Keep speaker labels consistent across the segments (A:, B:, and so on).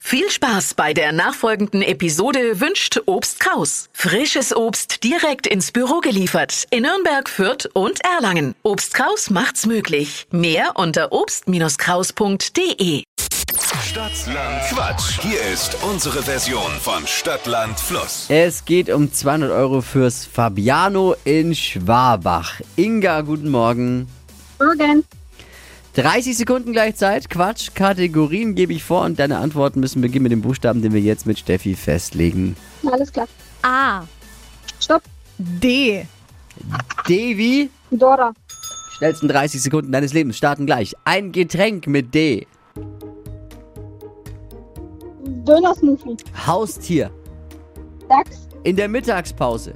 A: Viel Spaß bei der nachfolgenden Episode wünscht Obst Kraus. Frisches Obst direkt ins Büro geliefert in Nürnberg, Fürth und Erlangen. Obst Kraus macht's möglich. Mehr unter obst-kraus.de.
B: Stadtland Quatsch. Hier ist unsere Version von Stadtland Fluss.
C: Es geht um 200 Euro fürs Fabiano in Schwabach. Inga, guten Morgen.
D: Morgen.
C: 30 Sekunden gleichzeit. Quatsch. Kategorien gebe ich vor und deine Antworten müssen beginnen mit dem Buchstaben, den wir jetzt mit Steffi festlegen.
D: Alles klar.
E: A.
D: Stopp.
E: D.
C: Devi,
D: Dora.
C: schnellsten 30 Sekunden deines Lebens starten gleich. Ein Getränk mit D.
D: Döner-Smoothie.
C: Haustier.
D: Dachs.
C: In der Mittagspause.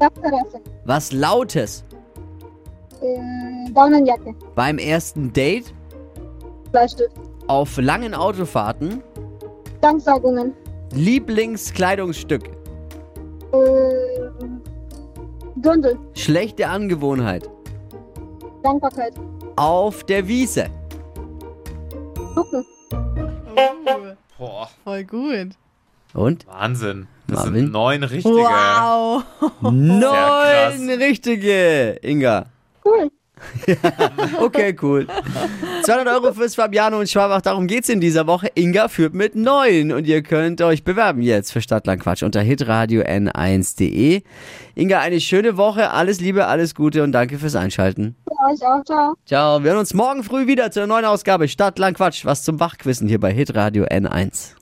D: Dachterrasse.
C: Was Lautes.
D: Äh, Daunenjacke.
C: Beim ersten Date.
D: Bleistift.
C: Auf langen Autofahrten.
D: Danksagungen.
C: Lieblingskleidungsstück.
D: Äh, Dirndl.
C: Schlechte Angewohnheit.
D: Dankbarkeit.
C: Auf der Wiese.
D: Gucken.
F: Boah,
E: Voll gut.
C: Und?
F: Wahnsinn. Das
C: Marvin?
F: sind neun richtige.
E: Wow.
F: krass.
C: Neun richtige, Inga.
D: Cool.
C: Okay, cool. 200 Euro fürs Fabiano und Schwabach, darum geht's in dieser Woche. Inga führt mit neun und ihr könnt euch bewerben jetzt für Stadtlandquatsch unter hitradio n1.de. Inga, eine schöne Woche, alles Liebe, alles Gute und danke fürs Einschalten.
D: Für euch auch. Ciao.
C: Ciao, wir hören uns morgen früh wieder zu einer neuen Ausgabe Stadtlandquatsch, was zum Wachquissen hier bei hitradio n1.